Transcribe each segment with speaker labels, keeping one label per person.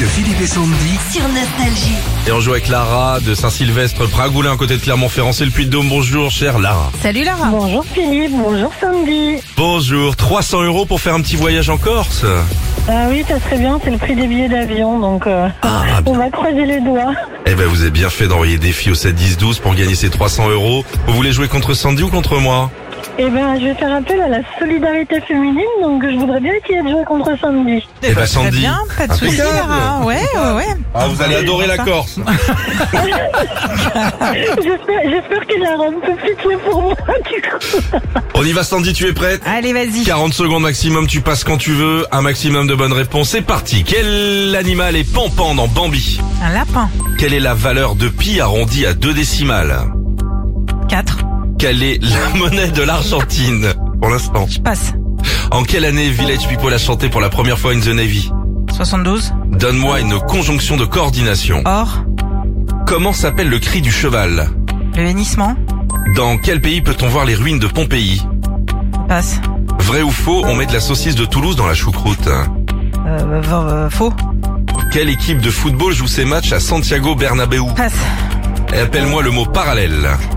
Speaker 1: de Philippe et Sandy.
Speaker 2: sur Nostalgie.
Speaker 3: Et on joue avec Lara de Saint-Sylvestre, Pragoulin, à côté de Clermont-Ferrand, c'est le Puy de Dôme. Bonjour, chère Lara.
Speaker 4: Salut Lara.
Speaker 5: Bonjour Philippe, bonjour Sandy.
Speaker 3: Bonjour. 300 euros pour faire un petit voyage en Corse.
Speaker 5: Ah oui, ça serait bien, c'est le prix des billets d'avion, donc euh,
Speaker 3: Ah,
Speaker 5: on va croiser les doigts.
Speaker 3: Eh ben, vous avez bien fait d'envoyer des filles au 7-10-12 pour gagner ces 300 euros. Vous voulez jouer contre Sandy ou contre moi?
Speaker 5: Eh ben, je vais faire appel à la solidarité féminine, donc je voudrais bien qu'il y ait de jouer contre Sandy.
Speaker 3: Eh ben,
Speaker 4: Très
Speaker 3: Sandy.
Speaker 4: bien, pas de soucis
Speaker 3: Impeccable.
Speaker 4: Lara. Ouais, ouais, ouais.
Speaker 3: Ah, vous allez adorer la Corse.
Speaker 5: J'espère j'espère que la robe peut pitié pour moi, du coup.
Speaker 3: On y va, Sandy, tu es prête?
Speaker 4: Allez, vas-y.
Speaker 3: 40 secondes maximum, tu passes quand tu veux, un maximum de bonnes réponses, c'est parti. Quel animal est pan dans Bambi
Speaker 4: Un lapin.
Speaker 3: Quelle est la valeur de pi arrondie à deux décimales
Speaker 4: 4.
Speaker 3: Quelle est la monnaie de l'Argentine Pour l'instant.
Speaker 4: Je passe.
Speaker 3: En quelle année Village People a chanté pour la première fois In the Navy
Speaker 4: 72.
Speaker 3: Donne-moi une conjonction de coordination.
Speaker 4: Or.
Speaker 3: Comment s'appelle le cri du cheval
Speaker 4: Le hennissement.
Speaker 3: Dans quel pays peut-on voir les ruines de Pompéi
Speaker 4: Je Passe.
Speaker 3: Vrai ou faux, on met de la saucisse de Toulouse dans la choucroute.
Speaker 4: Euh, v- euh, faux.
Speaker 3: Quelle équipe de football joue ses matchs à Santiago Bernabéu Eh,
Speaker 4: Passe.
Speaker 3: Appelle-moi le mot parallèle.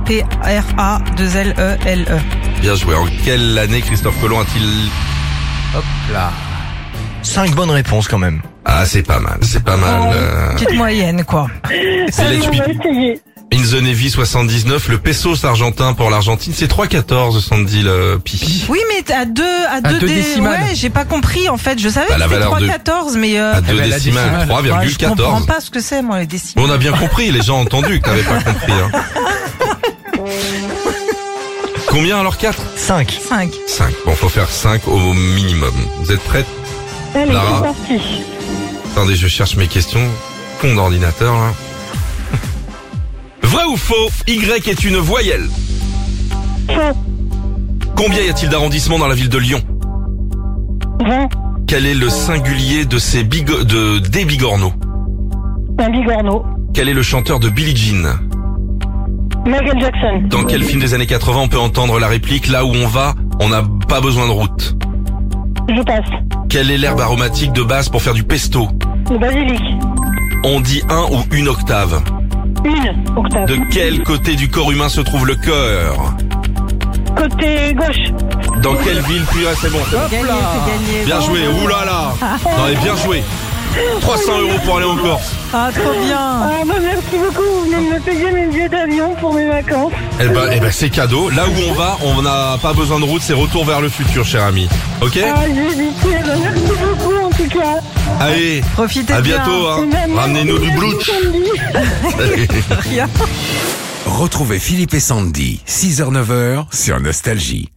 Speaker 4: P-R-A-2-L-E-L-E.
Speaker 3: Bien joué. En quelle année Christophe Colomb a-t-il...
Speaker 1: Cinq bonnes réponses quand même.
Speaker 3: Ah, c'est pas mal, c'est pas mal. euh,
Speaker 4: Petite moyenne, quoi.
Speaker 5: Allez,
Speaker 3: Village
Speaker 5: on va
Speaker 3: People.
Speaker 5: essayer.
Speaker 3: In the Navy 79, le pesos argentin pour l'Argentine, c'est 3,14, Sandy le pi.
Speaker 4: Oui, mais à deux, à deux,
Speaker 1: deux
Speaker 4: dé-
Speaker 1: décimales.
Speaker 4: Ouais, j'ai pas compris, en fait. Je savais
Speaker 3: Bah,
Speaker 4: que
Speaker 3: la
Speaker 4: c'était
Speaker 3: valeur de-
Speaker 4: 3,14, mais euh,
Speaker 3: À deux
Speaker 1: ben, la
Speaker 3: décimales,
Speaker 1: décimale.
Speaker 4: ouais, je comprends
Speaker 3: 3,14.
Speaker 4: pas ce que c'est, moi, les décimales.
Speaker 3: On a bien compris, les gens ont entendu que t'avais pas compris. hein. Combien alors 4
Speaker 1: Cinq.
Speaker 4: 5.
Speaker 3: 5. Bon, faut faire 5 au minimum. Vous êtes prêtes
Speaker 5: Allez,
Speaker 3: Lara.
Speaker 5: c'est parti.
Speaker 3: Attendez, je cherche mes questions. Con d'ordinateur, là. Vrai ou faux Y est une voyelle.
Speaker 5: Faux,
Speaker 3: Combien y a-t-il d'arrondissements dans la ville de Lyon
Speaker 5: vingt,
Speaker 3: Quel est le singulier de ces bigo- de, des bigorneaux
Speaker 5: un bigorneau.
Speaker 3: Quel est le chanteur de Billie Jean
Speaker 5: Michael Jackson,
Speaker 3: Dans quel film des années 80 on peut entendre la réplique Là où on va, on n'a pas besoin de route.
Speaker 5: je passe.
Speaker 3: Quelle est l'herbe aromatique de base pour faire du pesto
Speaker 5: Le basilic,
Speaker 3: On dit un ou une octave.
Speaker 5: une octave.
Speaker 3: De quel côté du corps humain se trouve le cœur
Speaker 5: Côté gauche,
Speaker 3: Dans quelle ville puis ah, c'est bon. c'est bon.
Speaker 4: Gagné, c'est gagné.
Speaker 3: Bien joué, oulala Non mais bien joué 300 euros pour aller en Corse
Speaker 4: Ah, trop bien.
Speaker 5: ah, bah, merci beaucoup, vous venez de me payer mes billets d'avion pour mes vacances.
Speaker 3: Eh ben, eh ben c'est cadeau. Là où on va, on n'a pas besoin de route, c'est retour vers le futur, cher ami. Ok
Speaker 5: Ah, j'ai hésité, bah, merci beaucoup en tout cas.
Speaker 3: Allez,
Speaker 4: Profitez
Speaker 3: à
Speaker 4: bien.
Speaker 3: bientôt. Hein.
Speaker 5: Même-
Speaker 3: Ramenez-nous du
Speaker 5: Merci,
Speaker 3: blouch.
Speaker 5: Sandy.
Speaker 4: Rien.
Speaker 1: Retrouvez Philippe et Sandy, 6h-9h sur Nostalgie.